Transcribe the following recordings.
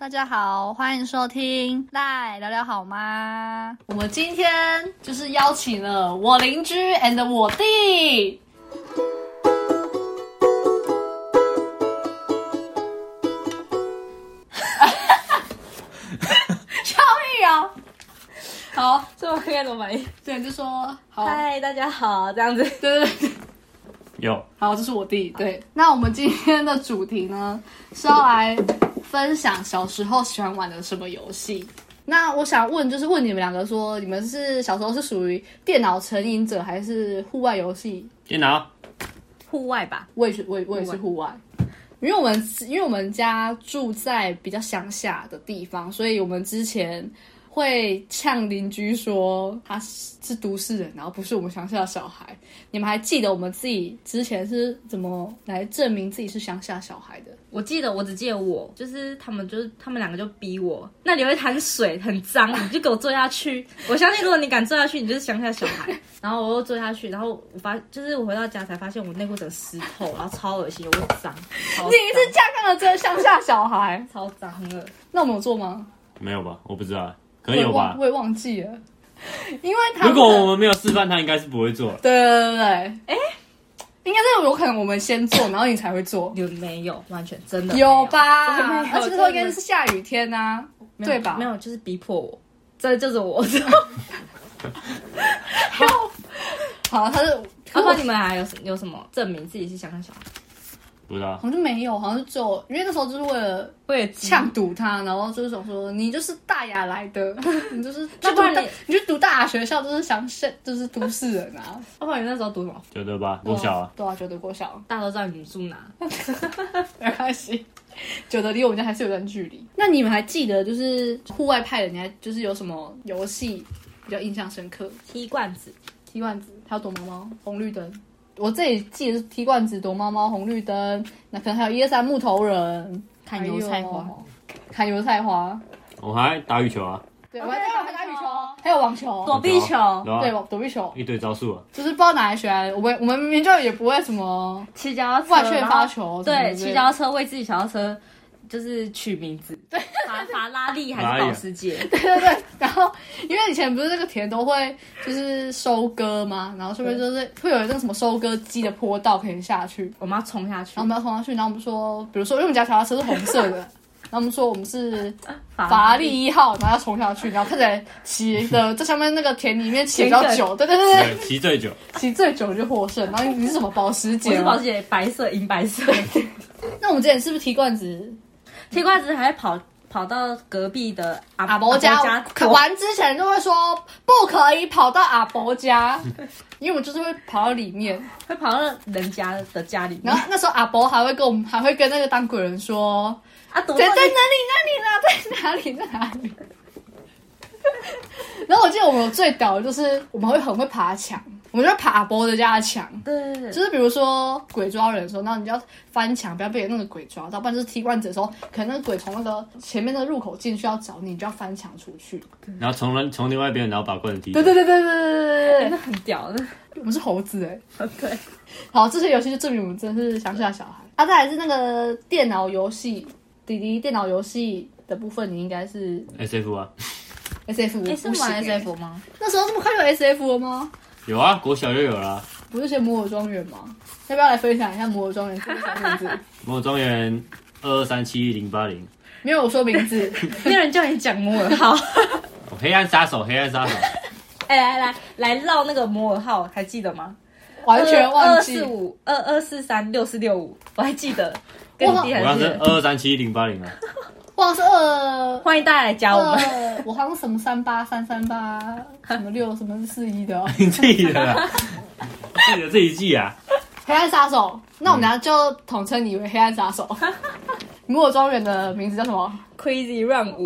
大家好，欢迎收听《赖聊聊好吗》。我们今天就是邀请了我邻居 and 我弟。 笑屁啊！好，这我该怎么反应？对，就说好，嗨，大家好，这样子。对对对。有，好，这是我弟。对，那我们今天的主题呢是要来分享小时候喜欢玩的什么游戏。那我想问，就是问你们两个说，你们是小时候是属于电脑成瘾者，还是户外游戏？电脑户外吧，我也是，我也我也是户外，因为我们因为我们家住在比较乡下的地方，所以我们之前会呛邻居说他是是都市人，然后不是我们乡下的小孩。你们还记得我们自己之前是怎么来证明自己是乡下小孩的？我记得，我只记得我，就是他们，就是他们两个就逼我，那里有一潭水很脏，你就给我坐下去。我相信，如果你敢坐下去，你就是乡下小孩。然后我又坐下去，然后我发，就是我回到家才发现我内裤整个湿透，然后超恶心，有够脏，超你是脏，架杠的真的乡下小孩？超脏，很恶。 那我们有做吗？没有吧？我不知道，可我能也有吧忘，我？也忘记了，因为他如们果我们没有示范，他应该是不会做的。对对对对，哎、应该是有可能我们先做，然后你才会做。有没有？完全真的没有？吧？真的没有而且那时候应该是下雨天呐、没有对吧？没，有，就是逼迫我，这就是 我。啊好，他是，可是阿爸，我你们还有什有什么证明自己是乡下小孩？不知道好，像就没有，好像就只有，因为那时候就是为了我也呛呛堵他，然后就是想说你就是大雅来 的，你就是那不然就读你大你去读大雅学校就是想是就是都市人啊，阿爸，你那时候读什么？九对吧？多小啊？对啊，九德国小大家都知道你住哪，没关系。九德离我们家还是有段距离。那你们还记得就是户外派的，你还就是有什么游戏比较印象深刻？踢罐子。踢罐子，还有躲猫猫、红绿灯。我这里记得是踢罐子、躲猫猫、红绿灯，那可能还有一二三木头人、看油菜花还有、砍油菜花。我还打羽球啊，对，哦我还对还有还有打羽网球啊球，还有网球，躲避球有啊对有啊，躲避哦球，一堆招数啊。就是不知道哪里学来的。我们我们明明就也不会什么，骑脚踏车，外旋发球然什后么之类对，的骑脚踏车为自己小踏车就是取名字，对，法法拉利还是保时捷，对对对。然后因为以前不是那个田都会就是收割吗？然后是不是就是会有那个什么收割机的坡道可以下去？我们要冲下去然后我，们要冲上去，然后我们说，比如说因为我们家脚踏车是红色 的，然后我们说我们是 法法拉利一号，然后要冲下去，然后看起来骑 的在上面那个田里面骑比较久，对对对对，对，骑最久，骑最久就获胜。然后你是什么保时我捷是吗？保时捷白色银白色，那我们之前是不是踢罐子？踢罐子还跑跑到隔壁的阿阿伯阿家躲玩之前就会说不可以跑到阿伯 家，因为我们就是会跑到里面。会跑到人家的家里面然，后那时候阿伯还会跟我们，还会跟那个当鬼人 说啊，躲在在在哪里哪里啦，在 哪里在哪里。 然后我记得我们最屌的就是我们会很会爬墙，我们就会爬阿伯的家的墙。对对就对，是比如说鬼抓人的时候，那你就要翻墙，不要被那个鬼抓到，不然就是踢罐子的时候，可能那个鬼从那个前面的入口进去要找你，你就要翻墙出去。然后从人从另外一边，然后把棍子踢。对对对对对对对真对的很屌的，哎对，我们是猴子哎、对，好，这些游戏就证明我们真的是乡下小孩。啊，再来是那个电脑游戏，弟弟电脑游戏的部分，你应该是 S F 啊，哎 S F，你是玩 SF 吗？那时候这么快就 S F 了吗？有啊，国小就有啦。不是写摩尔庄园吗？要不要来分享一下摩尔庄园这个小名 字？某庄园二二三七零八零，没有我说名 字， 没有人叫你讲摩尔号。哦黑暗杀手，黑暗杀手，哎、来来来绕那个摩尔号，还记得吗？完全忘记二。四五二二四三六四六五，我还记得。跟哇你弟还我刚记是得。二二三七零八零啊。 哇，是二欢迎大家来加我们。二，我好像什么三八三三八，什么六什么四一的、哦。你自己的啊，自己的自己记啊。黑暗杀手，那我们俩就统称你为黑暗杀手。摩尔庄园的名字叫什么？ Crazy Run 五，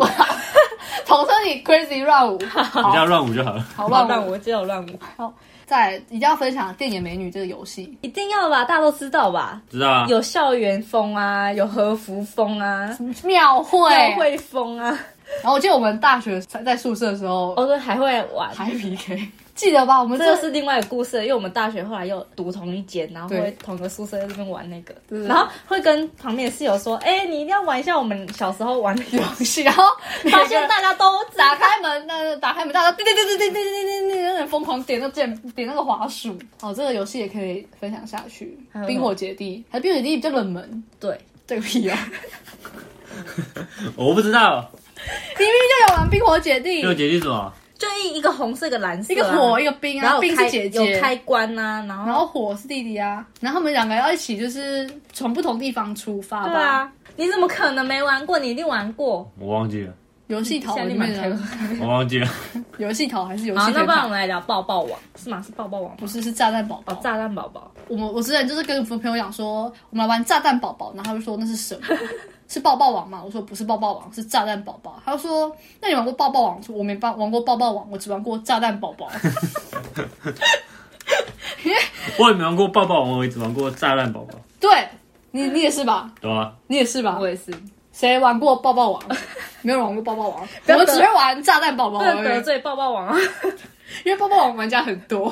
统称你 Crazy Run 五，好你叫乱舞就好了。好好乱乱舞。舞，只有乱舞，再来一定要分享《电眼美女》这个游戏，一定要吧？大家都知道吧？知道啊？有校园风啊，有和服风啊，庙会。庙会风啊。然后我记得我们大学在在宿舍的时候哦，对，还会玩还 PK，记得吧？我们这这又是另外一个故事了，因为我们大学后来又读同一间，然后对会同个宿舍在这边玩那个，对然后会跟旁边的室友说：“哎、你一定要玩一下我们小时候玩的游戏。戏，然后”发现大家都在打开门，那打开门，大家叮叮叮叮叮叮叮叮叮，有点疯狂点那键点那个滑鼠。哦，这个游戏也可以分享下去，有《吗冰火姐弟》还《冰火姐弟》比较冷门，对，对个屁啊！我不知道，你明明就有玩《冰火姐弟因为》，姐弟是什么？就一一个红色，一个蓝色、一个火，一个冰然啊，后有冰开是姐姐，有开关啊，然后然后火是弟弟啊，然后他们两个要一起就是从不同地方出发对吧。啊，你怎么可能没玩过？你一定玩过。我忘记了，游戏桃现在里立马面开的了我忘记了。游戏桃还是游好，戏那天不然我堂？们来聊抱抱网，是吗？是抱抱网吗不是，是炸弹宝宝哦，。炸弹宝宝，我们我之前就是跟我朋友讲说，我们来玩炸弹宝宝，然后他就说那是什么？ 是抱抱网吗？我说不是抱抱网，是炸弹宝宝。他就说那你玩过抱抱网？我说我没玩玩过抱抱网，我只玩过炸弹宝宝。 我也没玩过抱抱王，我也只玩过炸弹宝宝，对你你也是吧？对吧？你也是吧我？也是，谁玩过抱抱网？没有人玩过抱抱网，我不要们得只会玩炸弹宝宝不能而得已，罪抱抱网啊。 因为抱抱网玩家很多。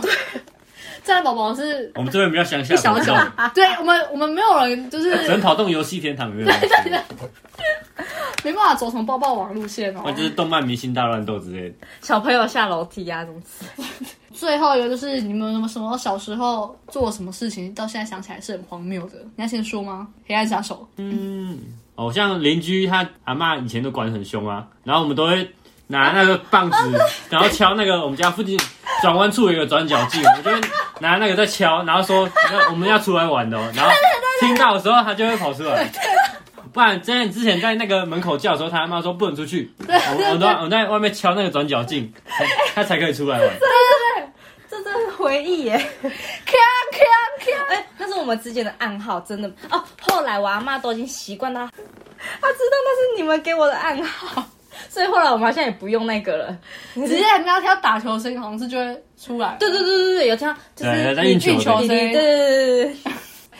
炸弹宝宝是我们这边比较乡下一，小跑小动，对我们我们没有人就是 只能跑动游戏天堂有点东西，没办法走从抱抱网路线哦或。者就是动漫明星大乱斗之类的。小朋友下楼梯啊，怎么吃？ 最后一个就是你们有没有什么小时候做什么事情，到现在想起来是很荒谬的？你要先说吗？黑暗杀手，嗯，哦，像邻居他阿妈以前都管得很凶啊，然后我们都会拿那个 棒子，然后敲那个我们家附近转弯处有一个转角镜，我们就会拿那个在敲，然后说那我们要出来玩的、 哦，然后听到的时候他就会跑出来。不然，真的之前在那个门口叫的时候，他阿妈说不能出去，我我都我在外面敲那个转角镜，才他才可以出来玩。这真是回忆耶！咔啊咔咔！哎、那是我们之间的暗号，真的哦。后来我阿妈都已经习惯到，她知道那是你们给我的暗号， 所以后来我们好像也不用那个了。直接人家听到打球声音，好像是就会出来。对对对对对，有听到就是对在你运球运球声对音。对对对 对对，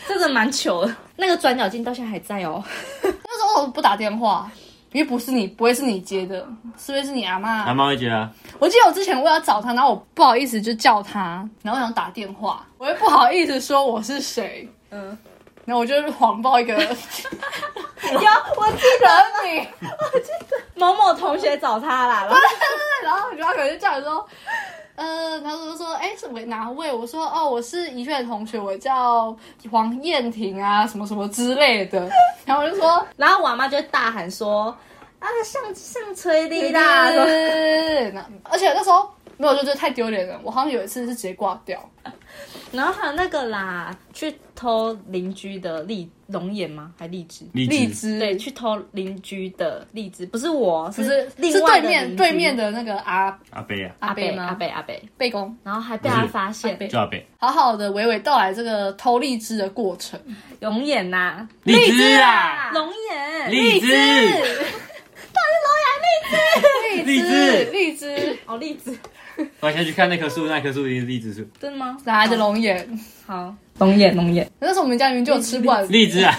这真的蛮糗的。那个转角镜到现在还在哦。那时候我不打电话，因为不是你，不会是你接的，是会是你阿阿妈。妈会觉得啊我记得我之前我要找他，然后我不好意思就叫他，然后我想打电话，我又不好意思说我是谁，嗯，然后我就谎报一个 人有我记名。某某同学找他啦， 然后然后他可能就叫你说，呃，他说说，哎，是我哪位？我说，哦，我是宜轩的同学，我叫黄燕婷啊，什么什么之类的。然后我就 说，然后我阿妈就会大喊说：“啊，上上垂对滴啦！”对对对，而且那时候没有，就觉得太丢脸了。我好像有一次是直接挂掉，然后还有那个啦，去偷邻居的荔龙眼吗？还荔枝？荔荔枝，枝对，去偷邻居的荔枝，不是我，不是另是对外的邻面居对面的那个阿阿贝啊，阿贝北吗？阿北阿北，贝公，然后还被他不是发阿现北叫阿贝，好好的娓娓道来这个偷荔枝的过 程。龙眼呐、荔枝啊啊，龙眼荔枝，荔荔枝荔枝，哦荔枝，我先去看那棵树，那棵树一定是荔枝树，真的吗？哪来的龙眼？好，啊龙眼龙眼，那时候我们家明明就有吃惯，荔枝啊，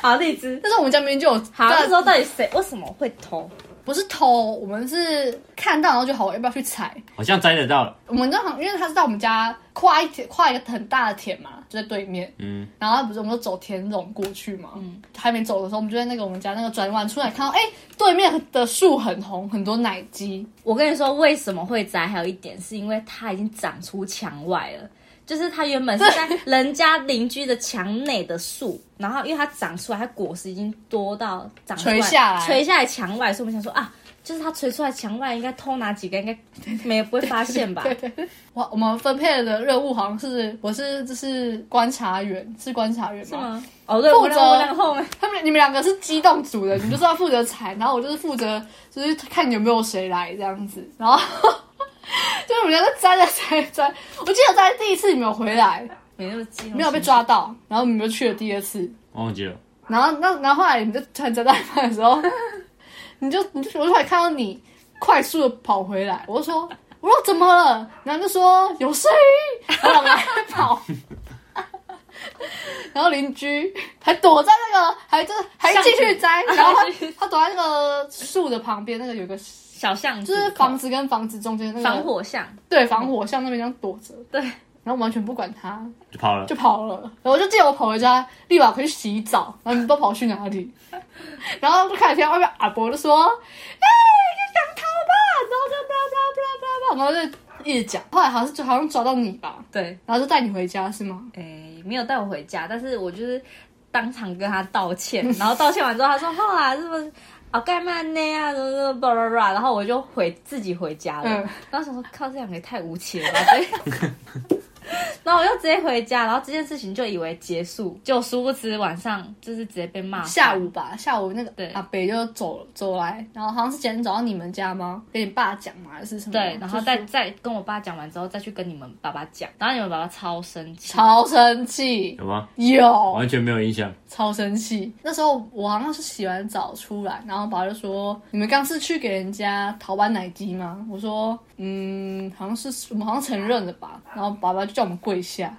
好荔枝。那时候我们家明明就有好，在那时候到底谁为什么会偷？不是偷，我们是看到然后就好，要不要去采？ 好像摘得到了，我们刚好，因为他是在我们家跨一条跨一个很大的田嘛，就在对面。嗯，然后他不是我们就走田垄过去嘛，还没走的时候，我们就在那个我们家那个转弯出来看到，哎、对面的树很红，很多奶鸡，我跟你说，为什么会摘？还有一点是因为它已经长出墙外了，就是它原本是在人家邻居的墙内的树，然后因为它长出来，它果实已经多到长出垂下来垂下来墙外，所以我们想说啊，就是它垂出来墙外，应该偷哪几个，应该没不会发现吧？我我们分配的任务好像是我是就是观察员，是观察员是吗？吗？哦，对，负责我两我两个后面，他们你们两个是机动组的，你就是要负责踩，然后我就是负责就是看有没有谁来这样子，然后 就是我们两个摘了摘摘，我记得在第一次你没有回来，没那么激动，没有被抓到，然后你们就去了第二次，我忘记了，然后那然后后来你们就突然摘到一半的时 候，你就你就我就突然看到你快速的跑回来，我就说我 说怎么了，然后就说有声音，然后我们还跑。然后邻居还躲在那个，还就是还继续摘，然后他他躲在那个树的旁边，那个有个小巷就子口，是房子跟房子中间那个防火巷，对防火巷那边这样躲着，对，然后我完全不管他，就跑了。就跑了。然后我就记得我跑回家，立马回去洗澡，然后你都跑去哪里？ 然后就开始听到外面阿伯就说：“哎、你想逃吧？”然后就叭叭叭叭叭，然后就一直讲。后来好像是就好像抓到你吧，对，然后就带你回家是吗？诶，没有带我回家，但是我就是当场跟他道歉，然后道歉完之后，他说：“后来是不是？”啊，干嘛那样？怎么怎么，巴拉巴拉，然后我就回自己回家了。嗯然后想说，靠，这两个也太无情了吧！所以， 然后我就直接回家，然后这件事情就以为结束，就殊不知晚上就是直接被骂。嗯下午吧，下午那对个阿北就走走来，然后好像是今天找到你们家吗？跟你爸讲嘛，还是什么？对，然嗯后就再说再跟我爸讲完之后，再去跟你们爸爸讲，然后你们爸爸超生气，超生气，有吗？有完全没有印象。超生气。那时候我好像是洗完澡出来，然后爸就说：“你们刚是去给人家淘班奶鸡吗？”我说：“嗯，好像是我们好像承认了吧。”然后爸爸就叫我们跪 下，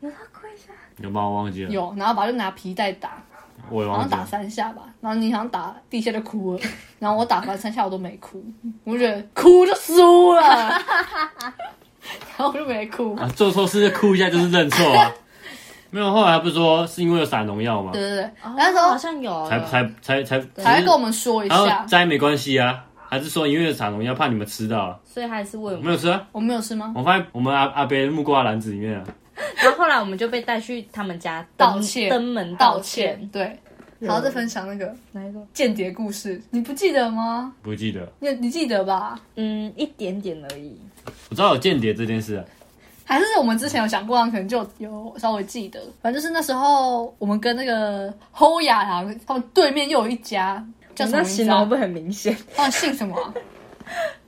有他跪下，有吗？我忘记了，有，然后爸就拿皮带打，我也好像忘记打了。三下吧。然后你好像打第一下就哭了，然后我打完三下我都没哭，我觉得哭就输 了，然后我就没哭。啊，做错事哭一下就是认错啊。 没有，后来不是说是因为有撒农药吗对？对对，哦那时候好像有才有才才才才会只是跟我们说一然后下。摘没关系啊，还是说因为有撒农药怕你们吃到啊？所以他还是问我我没有吃啊，我们有事吗？我发现我们阿阿伯的木瓜篮子里面啊， 然后后来我们就被带去他们家登道歉登门道歉歉，。对。然后再分享那个哪一个？间谍故事，你不记得吗？不记得。你你记得吧？嗯，一点点而已。我知道有间谍这件事啊，还是我们之前有讲过，可能就有稍微记得。反正就是那时候我们跟那个侯雅堂他们对面又有一家叫什么那名形字、容啊？不很明 显，他们姓什么啊、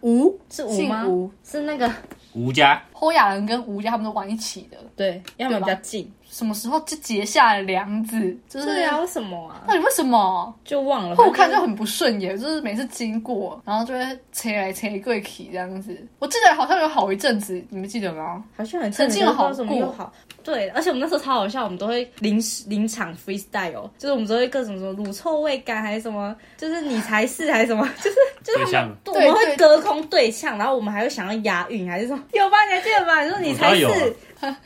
吴是吴姓吗？吴，是那个吴家侯雅人跟吴家他们都玩一起的。对，因为他们对吧比较近。什么时候就结下了梁子？就是对啊，，为什么啊到？底为什么？就忘了。后看就很不顺眼，就是每次经过，然后就会切来切跪起这样子。我记得好像有好一阵子，你们记得吗？好像很趁曾经有好什么又过好。哦对，而且我们那时候超好笑，我们都会临时临场 freestyle，哦就是我们都会各种什么乳臭未干还是什么，就是你才是还是什么，就是就是对象我们我们对会对隔空对呛，然后我们还会想要押韵还是什么，有吧？你还记得吧？你说你才是，我知道有啊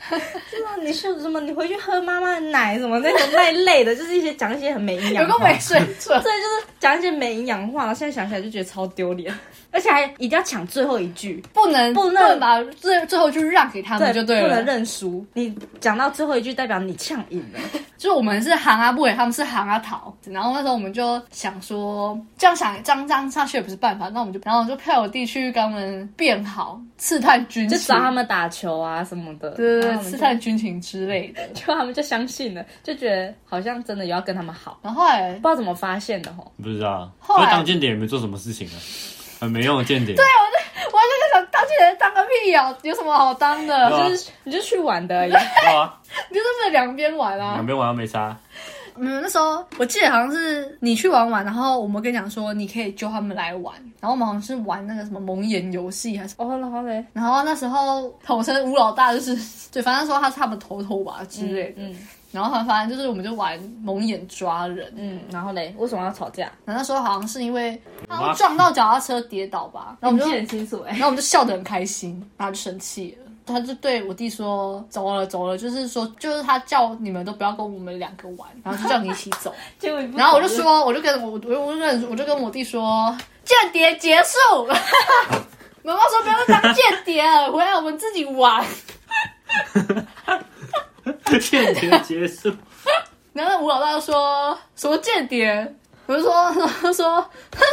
就是你说什么你回去喝妈妈的奶什么那种那一类的，就是一些讲一些很没营有养的个话。没水准， 对，就是讲一些没营养的话，然后现在想起来就觉得超丢脸，而且还一定要抢最后一句，不能不能把最最后就让给他们啊就对不能了。认输。你讲到最后一句，代表你呛赢了。就是我们是行啊不给，他们是行啊逃。然后那时候我们就想说，这样想这样这样下去也不是办法，那我们就然后我就派我弟去跟他们辩好，刺探军就情，找他们打球啊什么的，对对然对，后他们刺就探军情之类的。 就他们就相信了，就觉得好像真的有要跟他们好，然后后来不知道怎么发现的吼。不知道啊，后所来以当间谍也没做什么事情啊，很没用的间谍。我就在想，当去人当个屁呀、有什么好当的？对啊就是你就去玩的而已，对啊，你就这么两边玩啊两。边玩都没差， 嗯，那时候我记得好像是你去玩玩，然后我们跟你讲说你可以揪他们来玩，然后我们好像是玩那个什么蒙眼游戏还是，哦，然后嘞，然后那时候统称吴老大就是，对，反正说他是他们头头吧之类的，嗯然后反正就是我们就玩蒙眼抓人，嗯，然后嘞，为什么要吵架？然后那时候好像是因为我他妈撞到脚踏车跌倒吧，然后我们就清楚哎、 然后我们就笑得很开心，然后就生气了。他就对我弟说：“走了，走了。”就是说，就是他叫你们都不要跟我们两个玩，然后就叫你一起走。结果你不然后我就说，我就跟我我就我就跟我就跟我弟说，间谍结束。 妈妈说不要再当间谍了，回来我们自己玩。间谍结束。然后吴老大就说什么间谍，我就说 他说，哼，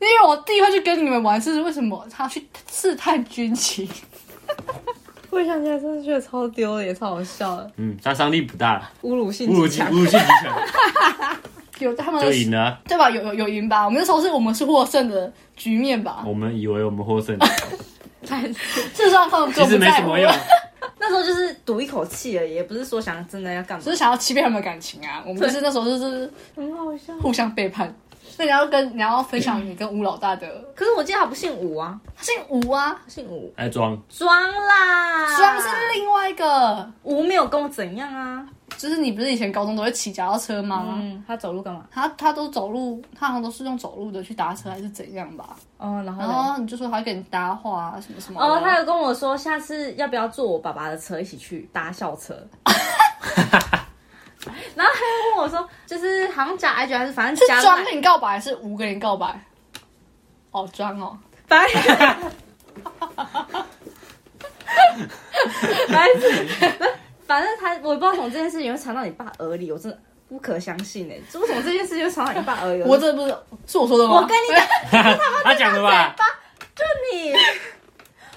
因为我弟会去跟你们玩是为什么？他去刺探军情。我想起来真的觉得超丢脸，超好笑的，嗯，杀伤力不大，侮辱性侮辱极性强侮。辱性极强有他们就赢了啊。对吧？有有有赢吧？我们那时候是我们是获胜的局面吧？我们以为我们 获胜，事实上他们其根实本不没在什乎么，用。啊 那时候就是赌一口气而已，也不是说想真的要干嘛只，是想要欺骗他们的感情啊。我们就是那时候就是很好笑。互相背叛，那你要跟你要分享你跟吴老大的，可是我记得他不姓吴啊， 他姓吴啊，他姓吴来 装，装啦，装是另外一个，吴没有跟我怎样啊，就是你不是以前高中都会骑脚踏车吗？嗯，他走路干嘛？他他都走路，他好像都是用走路的去搭车还是怎样吧？哦，然后然嘞后你就说他会跟你搭话啊什么什么的。哦，他有跟我说下次要不要坐我爸爸的车一起去搭校 车。然后他又问我说，就是好像加 I G 还是反正加是装 Line 跟你告白，还是吴跟你告白？哦，装哦，白痴，白痴，反正他我也不知道为什么这件事情会传到你爸耳里，我真的不可相信哎、欸，为什么这件事情会传到你爸耳里？哦我这不是是我说的吗？我跟你讲，他讲的吧？就你，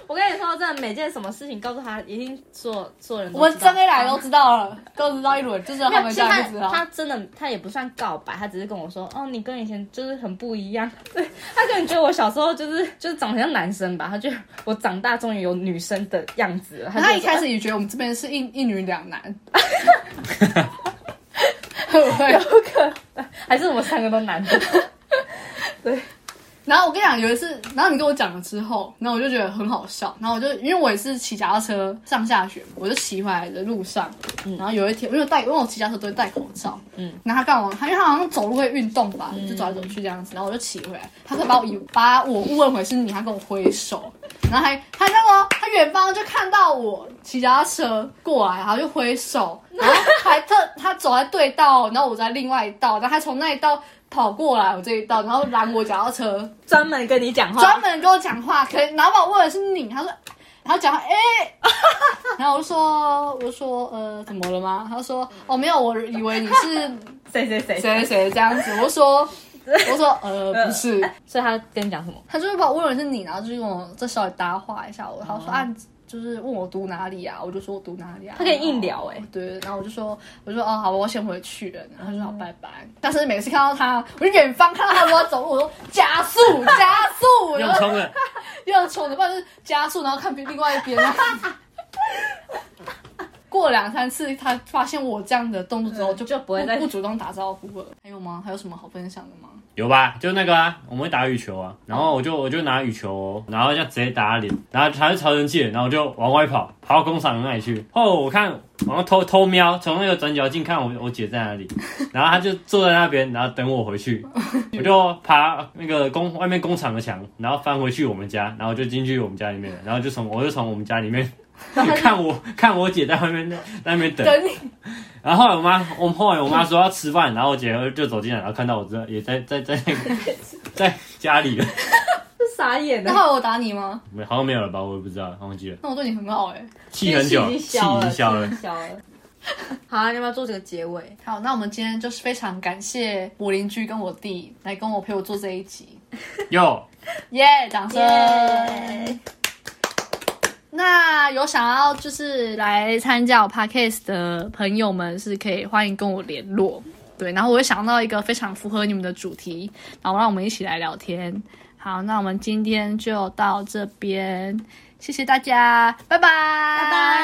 我跟你说真的，每件什么事情告诉他，一定做做人都知 道。我们真的来都知道了，都知道一轮，就是他没有，们其家实不知他道。他真的他也不算告白，他只是跟我说，哦，你跟以前就是很不一样。 对，他可能觉得我小时候就是就是长得像男生吧，他觉得我长大终于有女生的样子了。他就一说开始也觉得我们这边是一一女两 男， 会不会？还是我们三个都男的，然后我跟你讲，有一次，然后你跟我讲了之后，然后我就觉得很好笑。然后我就因为我也是骑脚踏车上下学，我就骑回来的路上，然后有一天，因为我戴，因为我骑脚踏车都会戴口罩，嗯嗯，然后他干嘛？他因为他好像走路会运动吧，就走来走去这样子。然后我就骑回来，他才把我以把我误认为是你，他跟我挥手，然后还他那个他远方就看到我骑脚踏车过来，然后就挥手，然后还特他走在对道，然后我在另外一道，然后他从那一道。跑过来我这一道，然后拦我脚踏车， 专门跟你讲话，专门跟我讲话，可以，然后我问的是你，他说，然后讲 话，哎、然后我就说，我就说，呃，怎么了吗？他说，哦，没有，我以为你是 谁谁谁谁谁谁这样子，我就说，我说，呃，嗯不是，所以他跟你讲什么？他就是把我问的是你，然后就跟我再稍微搭话一下我，他说啊。你就是问我读哪里啊，我就说我读哪里啊。他可以硬聊哎欸，对，然后我就说，我就说哦好，我先回去了。然后他就说好拜拜。但是每次看到他，我就远方看到他如果走路，我说加速加速，然用后冲的，要冲的，不然就是加速，然后看别另外一边。啊 过两三次，他发现我这样的动作之后，嗯就就不会再不主动打招呼了。还有吗？还有什么好分享的吗？有吧？就那个啊，我们会打羽球啊，然后我就我就拿羽球、哦，然后这样直接打他脸，然后他就超生气了，然后我就往外跑，跑到工厂那里去。后我看，然后偷偷瞄，从那个转角镜看我我姐在哪里，然后她就坐在那边，然后等我回去。我就爬那个工外面工厂的墙，然后翻回去我们家，然后就进去我们家里面了，然后就从我就从我们家里面 看我看我姐在外面在那边等，等你，然后后来我妈，我后来我妈说要吃饭，然后我姐就走进来，然后看到我这也在在在在家里了，这傻眼那了。后来我打你吗？没好像没有了吧？我也不知道，忘记了，那我对你很好哎、气很久，已经 气消已了，经消气了已。经消了。好啊，你要不要做这个结尾？好，那我们今天就是非常感谢我邻居跟我弟来跟我陪我做这一集， 哟，耶、掌声。那有想要就是来参加我 podcast 的朋友们，是可以欢迎跟我联络。对，然后我会想到一个非常符合你们的主题，然后让我们一起来聊天。好，那我们今天就到这边，谢谢大家，拜拜，拜拜拜。